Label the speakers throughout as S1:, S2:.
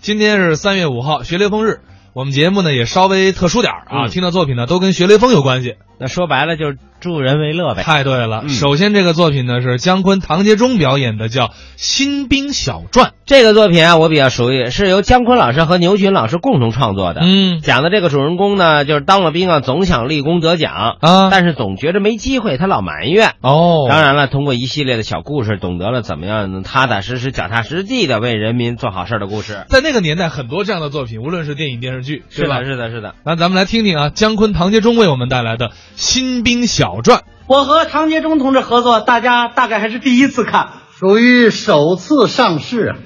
S1: 今天是三月五号，学雷锋日。我们节目呢也稍微特殊点儿啊，
S2: 嗯
S1: 听到作品呢都跟学雷锋有关系。
S2: 那说白了就是助人为乐呗。
S1: 太对了，
S2: 嗯
S1: 首先这个作品呢是姜昆、唐杰忠表演的，叫《新兵小传》。
S2: 这个作品啊，我比较熟悉，是由姜昆老师和牛群老师共同创作的。
S1: 嗯
S2: 讲的这个主人公呢，就是当了兵啊，总想立功得奖，
S1: 啊，
S2: 但是总觉着没机会，他老埋怨。
S1: 哦，
S2: 当然了，通过一系列的小故事，懂得了怎么样能踏踏实实、脚踏实地的为人民做好事儿的故事。
S1: 在那个年代，很多这样的作品，无论是电影、电视剧，对
S2: 是
S1: 吧
S2: 的，？是的，是的。
S1: 那咱们来听听啊，姜昆、唐杰忠为我们带来的《新兵小传》。
S3: 我和唐杰忠同志合作，大家大概还是第一次看，
S4: 属于首次上市啊，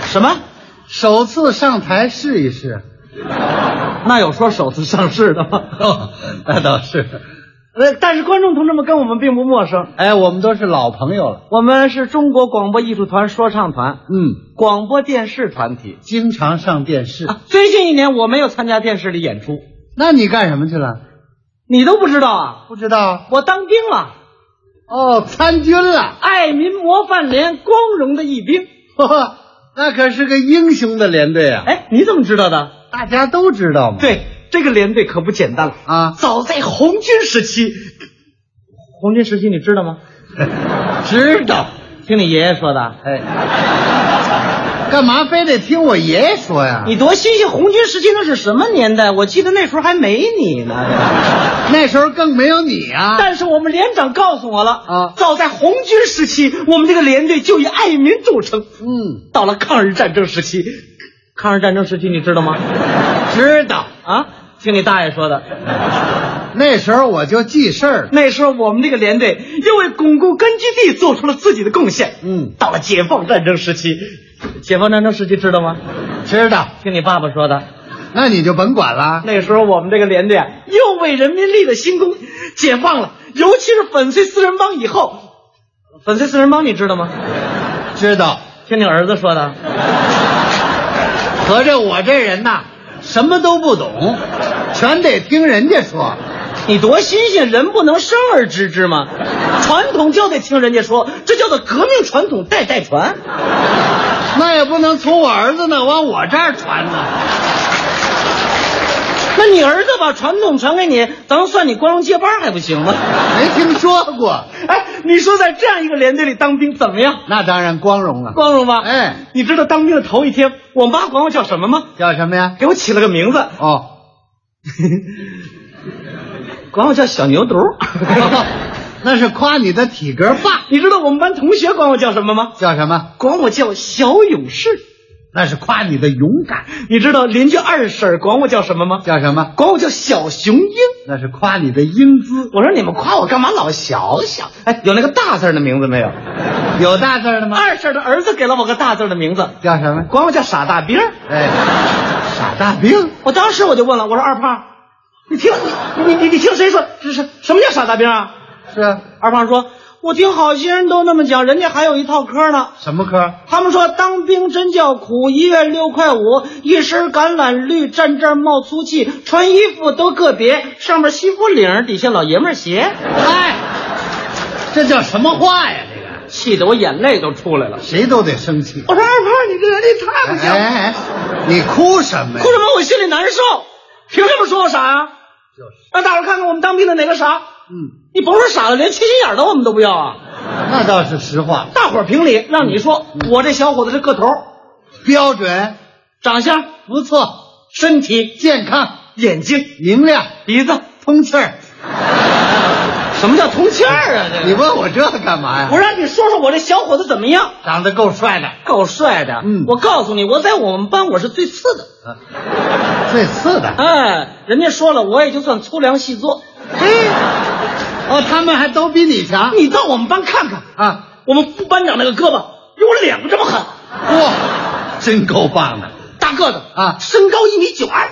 S3: 什么？
S4: 首次上台试一试。
S3: 那有说首次上市的吗？
S4: 哦， 那倒是。
S3: 呃，但是观众同志们跟我们并不陌生，
S4: 哎，我们都是老朋友了，
S3: 我们是中国广播艺术团说唱团、
S4: 嗯，
S3: 广播电视团体。
S4: 经常上电视。
S3: 啊，最近一年我没有参加电视里演出，
S4: 那你干什么去了？
S3: 你都不知道啊？
S4: 不知道。
S3: 我当兵了，
S4: 哦，参军了，
S3: 爱民模范连光荣的一兵。
S4: 呵呵，那可是个英雄的连队啊！
S3: 哎，你怎么知道的？
S4: 大家都知道嘛。
S3: 对，这个连队可不简单了
S4: 啊，
S3: 早在红军时期，红军时期你知道 吗？
S4: 知道。
S3: 听你爷爷说的。
S4: 哎，干嘛非得听我爷爷说呀？
S3: 你多新鲜！红军时期那是什么年代？我记得那时候还没你呢。
S4: 那时候更没有你啊。
S3: 但是我们连长告诉我了，
S4: 啊
S3: 早在红军时期，我们这个连队就以爱民著称。
S4: 嗯，
S3: 到了抗日战争时期，抗日战争时期你知 道吗？
S4: 知道。
S3: 啊，听你大爷说的，
S4: 那时候我就记事儿了。
S3: 那时候我们这个连队又为巩固根据地做出了自己的贡献。
S4: 嗯，
S3: 到了解放战争时期，解放战争时期知道吗？
S4: 知道。
S3: 听你爸爸说的。
S4: 那你就甭管了。
S3: 那时候我们这个连队啊又为人民立了新功，解放了，尤其是粉碎四人帮以后，粉碎四人帮你知道吗？
S4: 知道，
S3: 听你儿子说的，
S4: 合着我这人呐，什么都不懂，全得听人家说。
S3: 你多新鲜，人不能生而知之嘛，传统就得听人家说，这叫做革命传统代代传。
S4: 那也不能从我儿子那往我这儿传呐。
S3: 那你儿子把传统传给你，咱们算你光荣接班还不行吗？
S4: 没听说过，
S3: 哎，你说在这样一个连队里当兵怎么样？
S4: 那当然光荣了。
S3: 光荣吧？
S4: 哎，
S3: 你知道当兵的头一天，我妈管我叫什么吗？
S4: 叫什么呀？
S3: 给我起了个名字，
S4: 哦，
S3: 管我叫小牛犊。
S4: 那是夸你的体格棒。
S3: 你知道我们班同学管我叫什么吗？
S4: 叫什么？
S3: 管我叫小勇士。
S4: 那是夸你的勇敢。
S3: 你知道邻居二婶管我叫什么吗？
S4: 叫什么？
S3: 管我叫小雄鹰。
S4: 那是夸你的英姿。
S3: 我说你们夸我干嘛老小小？哎，有那个大字儿的名字没有？
S4: 有大字儿的吗？
S3: 二婶的儿子给了我个大字儿的名字，
S4: 叫什么？
S3: 管我叫傻大兵儿。
S4: 哎，傻大兵。
S3: 我当时我就问了，我说二胖，你听你你你你听谁说这是什么叫傻大兵啊？
S4: 是啊，
S3: 二胖说，我听好些人都那么讲，人家还有一套嗑呢。
S4: 什么科？
S3: 他们说当兵真叫苦，一月六块五，一身橄榄绿，站这儿冒粗气，穿衣服都个别，上面西服领，底下老爷们儿鞋，
S4: 嗨，这叫什么话呀？这个
S3: 气得我眼泪都出来了。
S4: 谁都得生气。
S3: 我说二胖，你这人也太
S4: 哎
S3: 不行了，
S4: 哎，哎你哭什么呀
S3: 哭？什么？我心里难受，凭什么说我傻呀、
S4: 就是，
S3: 让大伙儿看看我们当兵的哪个傻？
S4: 嗯，
S3: 你甭说傻了，连缺心眼儿的我们都不要啊！
S4: 那倒是实话，
S3: 大伙儿评理，让你说，
S4: 嗯
S3: 我这小伙子这个头、
S4: 标准
S3: 长相、
S4: 不错，
S3: 身体、
S4: 健康、
S3: 眼睛、
S4: 明亮、
S3: 鼻子，
S4: 通气儿。
S3: 什么叫通气儿啊？这个
S4: 你问我这干嘛呀？
S3: 我让你说说我这小伙子怎么样？
S4: 长得够帅的，
S3: 够帅的，
S4: 嗯
S3: 我告诉你，我在我们班我是最次的。
S4: 最次的。
S3: 哎，人家说了，我也就算粗粮细作。
S4: 嘿，哎哦，他们还都比你强
S3: 你到我们班看看，
S4: 啊！
S3: 我们副班长那个胳膊有两个这么狠，
S4: 哇，真够棒的
S3: 大个子
S4: 啊
S3: 身高一米九二。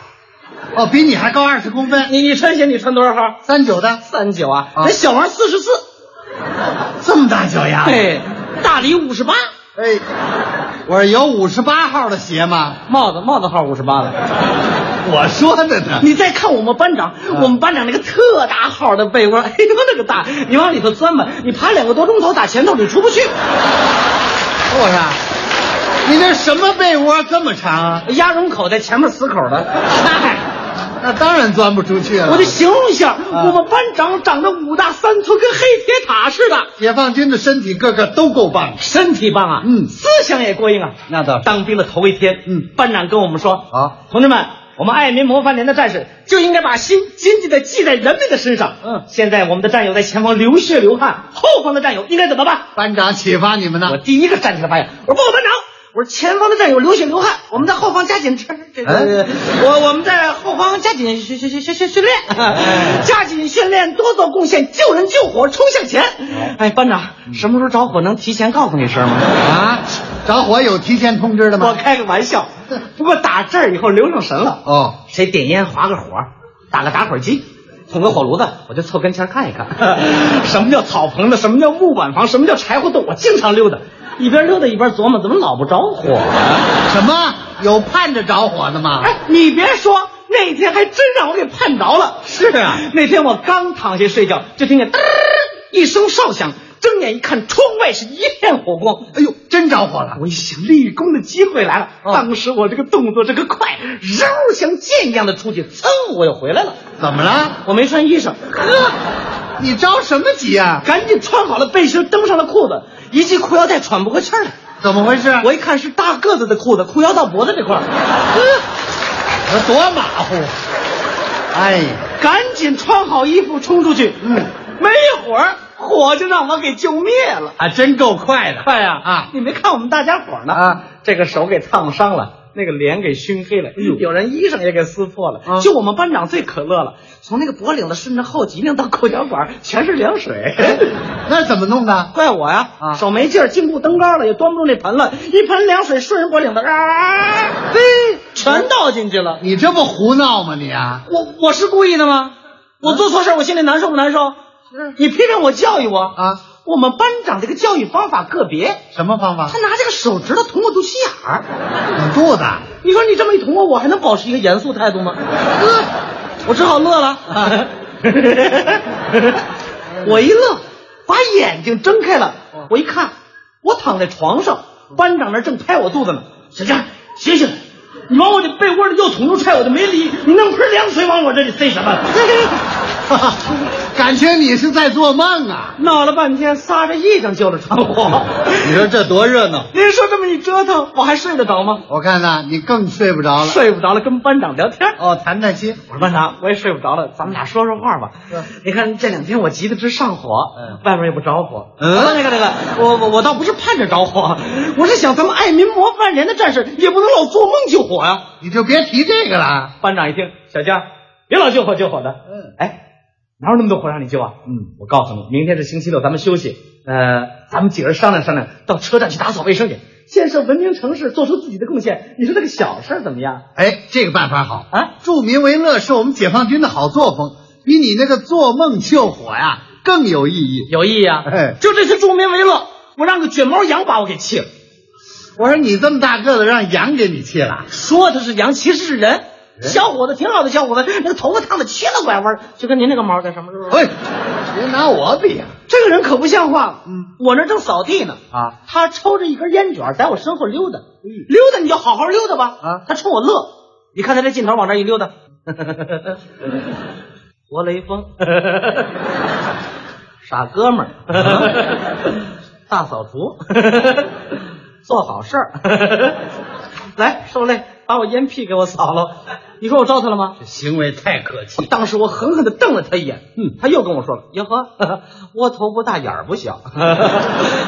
S4: 哦，比你还高二十公分，
S3: 你你穿鞋你穿多少号？
S4: 三九的，
S3: 三九啊，
S4: 啊
S3: 人小王四十四，
S4: 这么大脚丫子。
S3: 哎，大李五十八，
S4: 哎，我说有五十八号的鞋吗？
S3: 帽子帽子号五十八的。
S4: 我说的 呢。
S3: 你再看我们班
S4: 啊
S3: 长，我们班长那个特大号的被窝，哎呦那个大，你往里
S4: 啊
S3: 头钻吧，你爬两个多钟头打前头，你出不去。
S4: 我说，你这什么被窝这么长啊？
S3: 鸭绒口袋前面死口的。
S4: 嗨，那当然钻不出去了。
S3: 我得形容一下，我们班长长得五大三粗，跟黑铁塔似的，
S4: 解放军的身体个个都够棒的。
S3: 身体棒啊，
S4: 嗯
S3: 思想也过硬啊。
S4: 那倒是
S3: 当兵的头一天，
S4: 嗯，
S3: 班长跟我们说，
S4: 啊，
S3: 同志们，我们爱民模范连的战士就应该把心紧紧的系在人民的身上。
S4: 嗯
S3: 现在我们的战友在前方流血流汗，后方的战友应该怎么办？
S4: 班长启发你们呢
S3: 我。第一个站起来发言，我说报告班长，我说前方的战友流血流汗，我们在后方加紧这这个，我我们在后方加紧训训训训训训练，加紧训练，多做贡献，救人救火，冲向前。哎，班长，什么时候着火能提前告诉你声吗？
S4: 啊，着火有提前通知的
S3: 我
S4: 吗？
S3: 开个玩笑，不过打这儿以后留上神了。
S4: 哦，
S3: 谁点烟划个火，打个打火机，捅个火炉子，我就凑跟前看一 看。什么叫草棚子？什么叫木板房？什么叫柴火垛？我经常溜达，一边溜达一边琢磨，怎么老不着火、
S4: 什么？有盼着着火的吗？
S3: 哎，你别说，那天还真让我给盼着了。是啊，那天我刚躺下睡觉，就听见嘚儿一声哨响，睁眼一看，窗外是一片火光。
S4: 哎呦，真着火了！
S3: 我一想，立功的机会来了。
S4: 哦
S3: 当时我这个动作，这个快，肉像箭一样的出去，噌，我又回来了。
S4: 怎么了？
S3: 我没穿衣裳，呵，
S4: 你着什么急啊？
S3: 赶紧穿好了背心，蹬上了裤子，一系裤腰带喘不过气儿来。
S4: 怎么回事？
S3: 我一看是大个子的裤子，裤腰到脖子这块儿，呃
S4: 我多马虎！哎呀，
S3: 赶紧穿好衣服冲出去。嗯，没一会儿火就让我给救灭了。
S4: 啊，真够快的！
S3: 快呀
S4: 啊
S3: 你没看我们大家伙儿呢？
S4: 啊，
S3: 这个手给烫伤了，那个脸给熏黑了，哎有人衣裳也给撕破了。
S4: 啊
S3: 就我们班长最可乐了，从那个脖领子顺着后脊梁到裤脚管儿全是凉水。
S4: 那怎么弄的？
S3: 怪我呀，
S4: 啊
S3: 手没劲儿，胫骨蹬高了，也端不住那盆了，一盆凉水顺着脖领子，啊，嘿，全倒进去了。嗯
S4: 你这不胡闹吗？你啊，
S3: 我我是故意的吗？我做错事儿，我心里难受不难受？你批评我，教育我
S4: 啊！
S3: 我们班长这个教育方法个别，
S4: 什么方法
S3: 他？拿这个手指头捅我肚脐眼儿。
S4: 捅肚子？啊
S3: 你说你这么一捅我，我还能保持一个严肃态度吗？呃我只好乐了。我一乐，把眼睛睁开了，我一看，我躺在床上，班长那儿正拍我肚子呢。小江，醒醒！你往我这被窝里又捅又踹，我就没理。你弄盆凉水往我这里塞什么？
S4: 哈哈 感情你是在做梦啊！
S3: 闹了半天，仨着一整就着团伙。
S4: 你说这多热闹！
S3: 您说这么一折腾，我还睡得着吗？
S4: 我看呐，你更睡不着了。
S3: 睡不着了，跟班长聊天。
S4: 哦，谈谈心。
S3: 我说班长，我也睡不着了，咱们俩说说话吧。你看这两天我急得直上火，
S4: 嗯
S3: 外面也不着火。
S4: 嗯
S3: 啊那个那个，我我我倒不是盼着着火， 我是想咱们爱民模范连的战士也不能老做梦救火呀、
S4: 你就别提这个了。
S3: 班长一听，小江，别老救火救火的。
S4: 嗯，
S3: 哎，哪有那么多火让你救啊？嗯，我告诉你，明天是星期六，咱们休息。呃，咱们几个人商量商量，到车站去打扫卫生去，建设文明城市，做出自己的贡献。你说这个小事儿怎么样？
S4: 哎，这个办法好
S3: 啊！
S4: 助民为乐是我们解放军的好作风，比你那个做梦救火呀更有意义。
S3: 有意义啊！
S4: 哎
S3: 就这次助民为乐，我让个卷毛羊把我给气了。
S4: 我说你这么大个子，让羊给你气了？
S3: 说他是羊，其实是人。小伙子挺好的小伙子，那个头发烫的七了拐弯儿，就跟您那个毛在上面。是吧
S4: 哎，别拿我比啊呀、
S3: 这个人可不像话。
S4: 嗯，
S3: 我那正扫地呢，
S4: 啊！
S3: 他抽着一根烟卷儿在我身后溜达，溜达你就好好溜达吧。
S4: 啊
S3: 他冲我乐，嗯你看他这劲头往那儿一溜达， 活雷 锋，傻哥们 儿，大扫 除，做好事儿。 来，受累，把我烟屁给我扫了。你说我招他了吗？
S4: 这行为太可气。
S3: 当时我狠狠地瞪了他一眼，嗯，他又跟我说了：“哟呵， 窝头不大，眼儿不小。”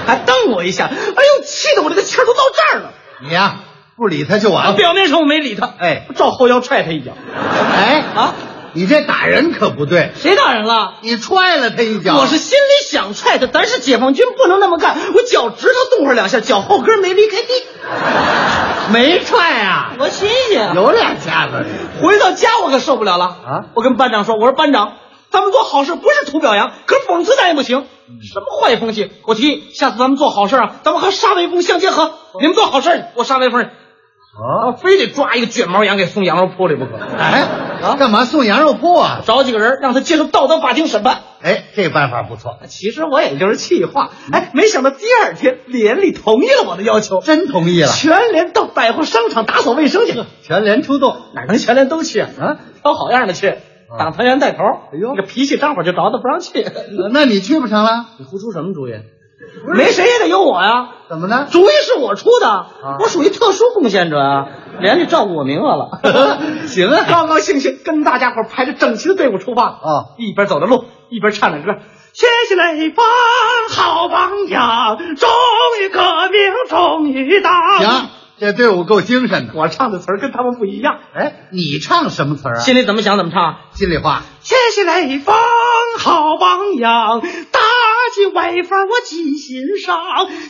S3: 还瞪我一下，哎呦，气得我这个气儿都到这儿了。
S4: 你呀、不理他就完
S3: 啊，
S4: 了。
S3: 表面上我没理他，
S4: 哎
S3: 照后腰踹他一脚
S4: 哎
S3: 啊！
S4: 你这打人可不对，
S3: 谁打人了？
S4: 你踹了他一脚。
S3: 我是心里想踹他，但是解放军不能那么干。我脚趾头动了两下，脚后跟没离开地，
S4: 没踹啊，
S3: 我新 鲜。
S4: 有两下子。
S3: 回到家我可受不了了啊
S4: 啊！
S3: 我跟班长说，我说班长，咱们做好事不是图表扬，可是讽刺咱也不行。什么坏风气？我提议下次咱们做好事啊，咱们和杀威风相结合。你们做好事，我杀威风，
S4: 哦，
S3: 我非得抓一个卷毛羊给 送羊肉铺里不可。
S4: 哎，干嘛送羊肉铺啊？
S3: 找几个人让他接受道德法庭审判。
S4: 哎，这办法不错，
S3: 其实我也就是气话，哎，没想到第二天连里同意了我的要求，
S4: 真同意了，
S3: 全连到百货商场打扫卫生去，
S4: 全连出动。
S3: 哪能全连都去啊？挑好样的去，党团员带头，啊哎
S4: 呦
S3: 这脾气张火就着的不让去。
S4: 呃那你去不成了？
S3: 你胡出什么主意？没谁也得有我呀。
S4: 怎么呢？
S3: 主意是我出的，我属于特殊贡献者啊，连里照顾我名额 了。
S4: 行啊
S3: 高高兴兴跟大家伙排着整齐的队伍出发。
S4: 哦，
S3: 一边走着路，一边唱着歌。学习雷锋好榜样，忠于革命，忠于党。
S4: 行，，这队伍够精神的。
S3: 我唱的词儿跟他们不一样，
S4: 哎，你唱什么词儿啊？
S3: 心里怎么想怎么唱。
S4: 心里话，
S3: 学习雷锋好榜样，打起歪风我记心上，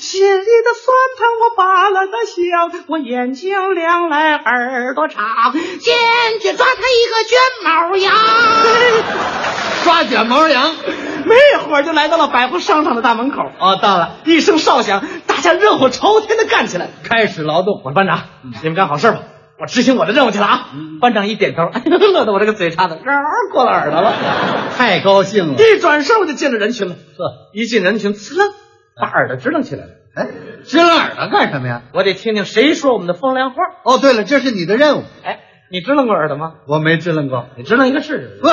S3: 心里的酸疼我扒拉的响，我眼睛亮来耳朵长，坚决抓他一个卷毛羊。
S4: 抓卷毛羊。
S3: 没一会儿就来到了百货商场的大门口，
S4: 哦，到了，
S3: 一声哨响，大家热火朝天的干起来。
S4: 开始劳动。
S3: 我说班长，你们干好事吧，我执行我的任务去了啊！班长一点头， 哎呦，乐得我这个嘴叉子嗷过了耳朵 了。
S4: 太高兴了。
S3: 一转身我就进了人群了，
S4: 呵，
S3: 一进人群，呲楞，把耳朵支棱起来了。
S4: 哎，支棱耳朵干什么呀？
S3: 我得听听谁说我们的风凉话。
S4: 哦，对了，这是你的任务，
S3: 哎，你支棱过耳朵吗？
S4: 我没支棱过。
S3: 你支棱一个试试。
S4: 不，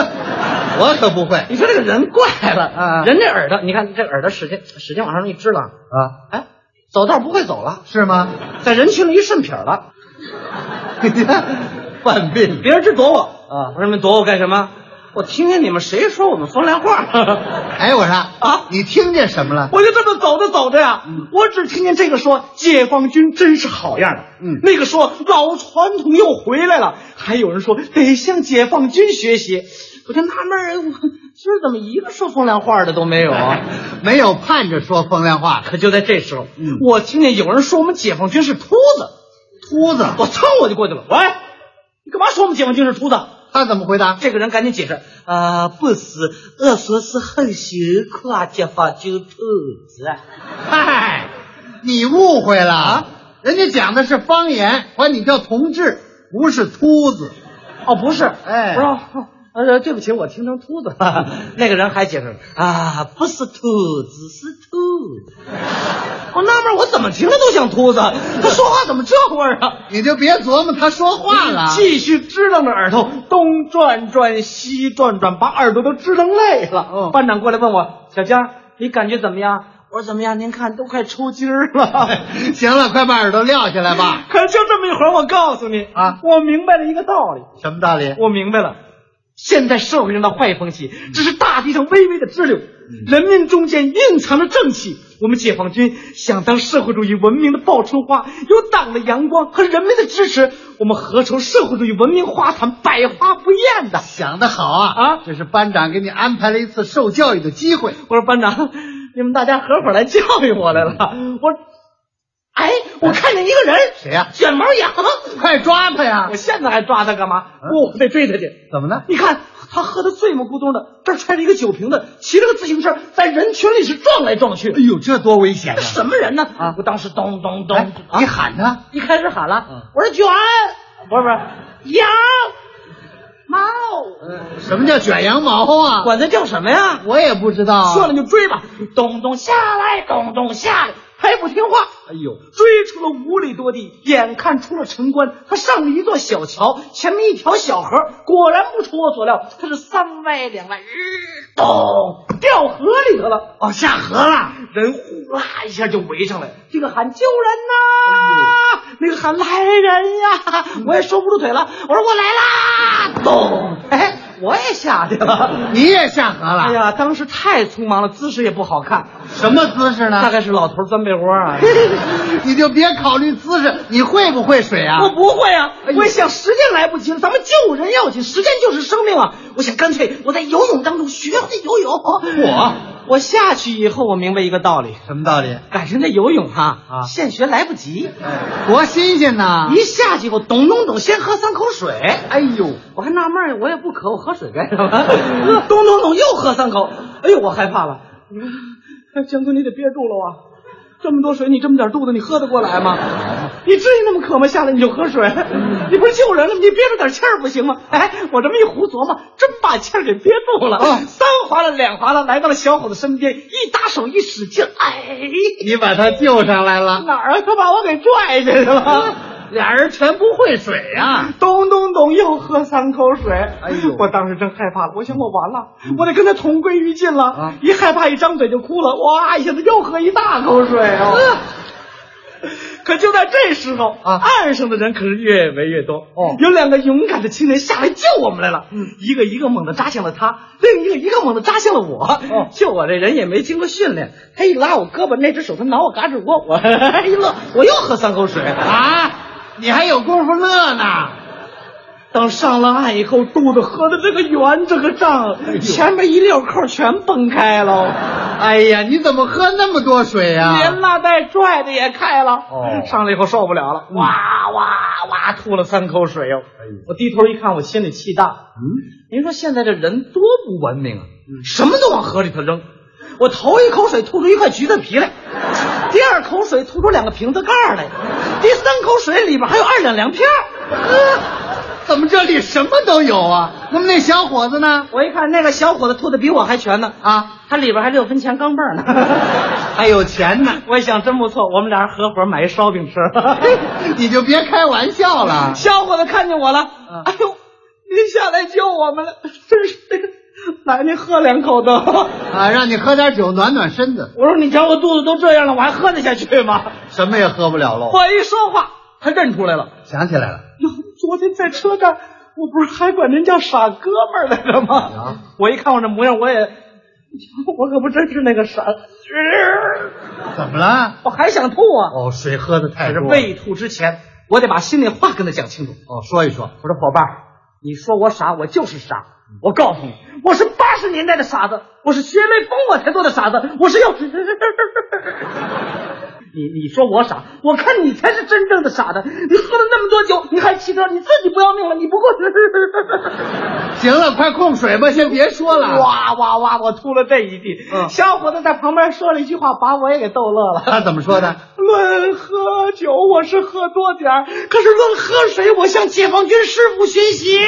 S4: 我可不会
S3: 你说这个人怪了
S4: 啊
S3: 人这耳朵，你看这耳朵使劲使劲往上一支棱，
S4: 啊，
S3: 哎，走道不会走了，
S4: 是吗？
S3: 在人群里一顺撇儿了。
S4: 犯病。
S3: 别人直躲我啊！我说你们躲我干什么？我听见你们谁说我们风凉话？
S4: 哎，我说
S3: 啊
S4: 你听见什么了？
S3: 我就这么走着走着呀，我只听见这个说解放军真是好样的，
S4: 嗯
S3: 那个说老传统又回来了，还有人说得向解放军学习。我就纳闷儿，啊我今儿怎么一个说风凉话的都没有啊？
S4: 没有盼着说风凉话的
S3: 可就在这时候，
S4: 嗯
S3: 我听见有人说我们解放军是秃子，
S4: 秃子，
S3: 我噌我就过去了，喂，你干嘛说我们解放军是秃子？
S4: 他怎么回答？
S3: 这个人赶紧解释，啊，不是，俄罗斯很喜欢解放军兔子。啊
S4: 嗨，你误会了啊！人家讲的是方言，管你叫同志，不是秃子。
S3: 哦，不是，
S4: 哎
S3: 不是，哦呃，对不起，我听成秃子了。 那个人还解释了啊，不是兔子，是兔子。我纳哦闷，我怎么听着都像秃子，他说话怎么这味儿啊？
S4: 你就别琢磨他说话了。
S3: 继续支棱着耳朵，东转转，西转转，把耳朵都支棱累了。
S4: 嗯
S3: 班长过来问我，小江，你感觉怎么样？我说怎么样？您看都快抽筋儿 了。
S4: 行了，快把耳朵撂下来吧。
S3: 可就这么一会儿，我告诉你
S4: 啊
S3: 我明白了一个道理，
S4: 什么道理？
S3: 我明白了。现在社会上的坏风气
S4: 嗯
S3: 只是大地上微微的支流，人民中间蕴藏着正气。我们解放军想当社会主义文明的报春花，有党的阳光和人民的支持，我们何愁社会主义文明花坛百花不厌的？
S4: 想得好啊！
S3: 啊
S4: 这是班长给你安排了一次受教育的机会。
S3: 我说班长，你们大家合伙来教育我来了。我，哎，我看见一个人，
S4: 谁呀
S3: 卷毛羊。
S4: 快抓他呀
S3: 我！现在还抓他干嘛？
S4: 嗯
S3: 哦我得追他去。
S4: 怎么了？
S3: 你看他喝得醉么咕咚的，这儿揣着一个酒瓶子，骑着个自行车，在人群里是撞来撞去
S4: 哎。呦，这多危险
S3: 这
S4: 啊！
S3: 什么人呢？
S4: 啊
S3: 我当时咚咚咚
S4: 哎，
S3: 啊
S4: 你喊他，
S3: 一开始喊了，
S4: 嗯
S3: 我说卷，不是不是羊毛，呃
S4: 什么叫卷羊毛啊？
S3: 管他叫什么呀？
S4: 我也不知道啊。
S3: 说了就追吧，咚咚下来，咚咚下来，还不听话。
S4: 哎呦，
S3: 追出了五里多地，眼看出了城关，他上了一座小桥，前面一条小河，果然不出我所料，他是三歪两歪，日咚掉河里头了。
S4: 哦，下河了。
S3: 人呼啦一下就围上来了，这个喊救哎人呐、那个喊来人呀、我也收不住腿了，我说我来啦，咚，哎，我也下去了。
S4: 你也下河了？
S3: 哎呀，当时太匆忙了，姿势也不好看，
S4: 什么姿势
S3: 大
S4: 呢？
S3: 概是老头钻被窝啊。
S4: 你就别考虑姿势，你会不会水啊？
S3: 我不会啊
S4: 哎，呦
S3: 我想时间来不及了，咱们救人要紧，时间就是生命啊！我想干脆我在游泳当中学会游泳。
S4: 我
S3: 我下去以后，我明白一个道理，
S4: 什么道理？
S3: 赶上这游泳哈、
S4: 啊
S3: 现学来不及。
S4: 哎，多新鲜呐！
S3: 一下去我咚咚咚，先喝三口水。
S4: 哎呦，
S3: 我还纳闷儿，我也不渴，我喝水干什么？ 咚咚咚，又喝三口。哎呦，我害怕了。江哥，你得憋住了啊！这么多水，你这么点肚子，你喝得过来吗？你至于那么渴吗？下来你就喝水，你不是救人了吗？你憋着点气儿不行吗？哎，我这么一胡琢磨，真把气儿给憋住了。
S4: 啊
S3: 三划了，两划了，来到了小伙子身边，一搭手，一使劲，哎，
S4: 你把他救上来了。
S3: 哪儿啊？他把我给拽下去了。
S4: 俩人全不会水呀、
S3: 咚咚咚，又喝三口水。哎
S4: 呦
S3: 我当时真害怕了，我想我完了，我得跟他同归于尽了。
S4: 啊
S3: 一害怕，一张嘴就哭了，哇，一下子又喝一大口水啊！可就在这时候
S4: 啊
S3: 岸上的人可是越围越多。
S4: 哦
S3: 有两个勇敢的青年下来救我们来了。嗯，一个一个猛地扎向了他，另一个一个猛地扎向了我。
S4: 哦
S3: 就我这人也没经过训练，他一拉我胳膊，那只手他挠我嘎吱窝， 我一乐，我又喝三口水。
S4: 啊！你还有功夫乐呢？哎
S3: 等上了岸以后，肚子喝的这个圆，这个胀，前面一溜扣全崩开了，
S4: 哎呀，你怎么喝那么多水呀、
S3: 连拉带拽的也开了。
S4: 哦嗯
S3: 上来以后受不了了，哇哇哇吐了三口水哟、
S4: 哎
S3: 我低头一看，我心里气大。嗯，您说现在这人多不文明啊，
S4: 嗯
S3: 什么都往河里头扔。我头一口水吐出一块橘子皮来，第二口水吐出两个瓶子盖儿来，第三口水里边还有二两粮票儿。呃
S4: 怎么这里什么都有啊？那么那小伙子呢？
S3: 我一看那个小伙子吐的比我还全呢
S4: 啊，
S3: 他里边还六分钱钢镚 儿哎呢，
S4: 还有钱呢？
S3: 我一想真不错，我们俩人合伙买一烧 饼吃。
S4: 你就别开玩笑了。
S3: 小伙子看见我了，哎呦，您下来救我们了，真是那个，来您喝两口子。
S4: 啊，让你喝点酒暖暖身子，
S3: 我说你瞧我肚子都这样了，我还喝得下去吗？
S4: 什么也喝不了喽。
S3: 我一说话，他认出来了。
S4: 想起来了，
S3: 哟，昨天在车站，我不是还管您叫傻哥们儿来着吗？
S4: 啊
S3: 我一看我这模样，我也，我可不真是那个傻，
S4: 怎么了？
S3: 我还想吐啊。
S4: 哦，水喝的太
S3: 可是
S4: 多了。
S3: 未吐之前，我得把心里话跟他讲清楚。
S4: 哦，说一说。
S3: 我说伙伴儿，你说我傻，我就是傻。我告诉你，我是八十年代的傻子，我是学雷锋我才做的傻子，我是要。 你你说我傻，我看你才是真正的傻子。你喝了那么多酒，你还骑车，你自己不要命了，你不够。
S4: 行了，快控水吧，先别说了。
S3: 哇哇哇！我吐了这一地，
S4: 嗯
S3: 小伙子在旁边说了一句话，把我也给逗乐了。
S4: 他怎么说的？
S3: 论喝酒，我是喝多点儿；可是论喝水，我向解放军师傅学习。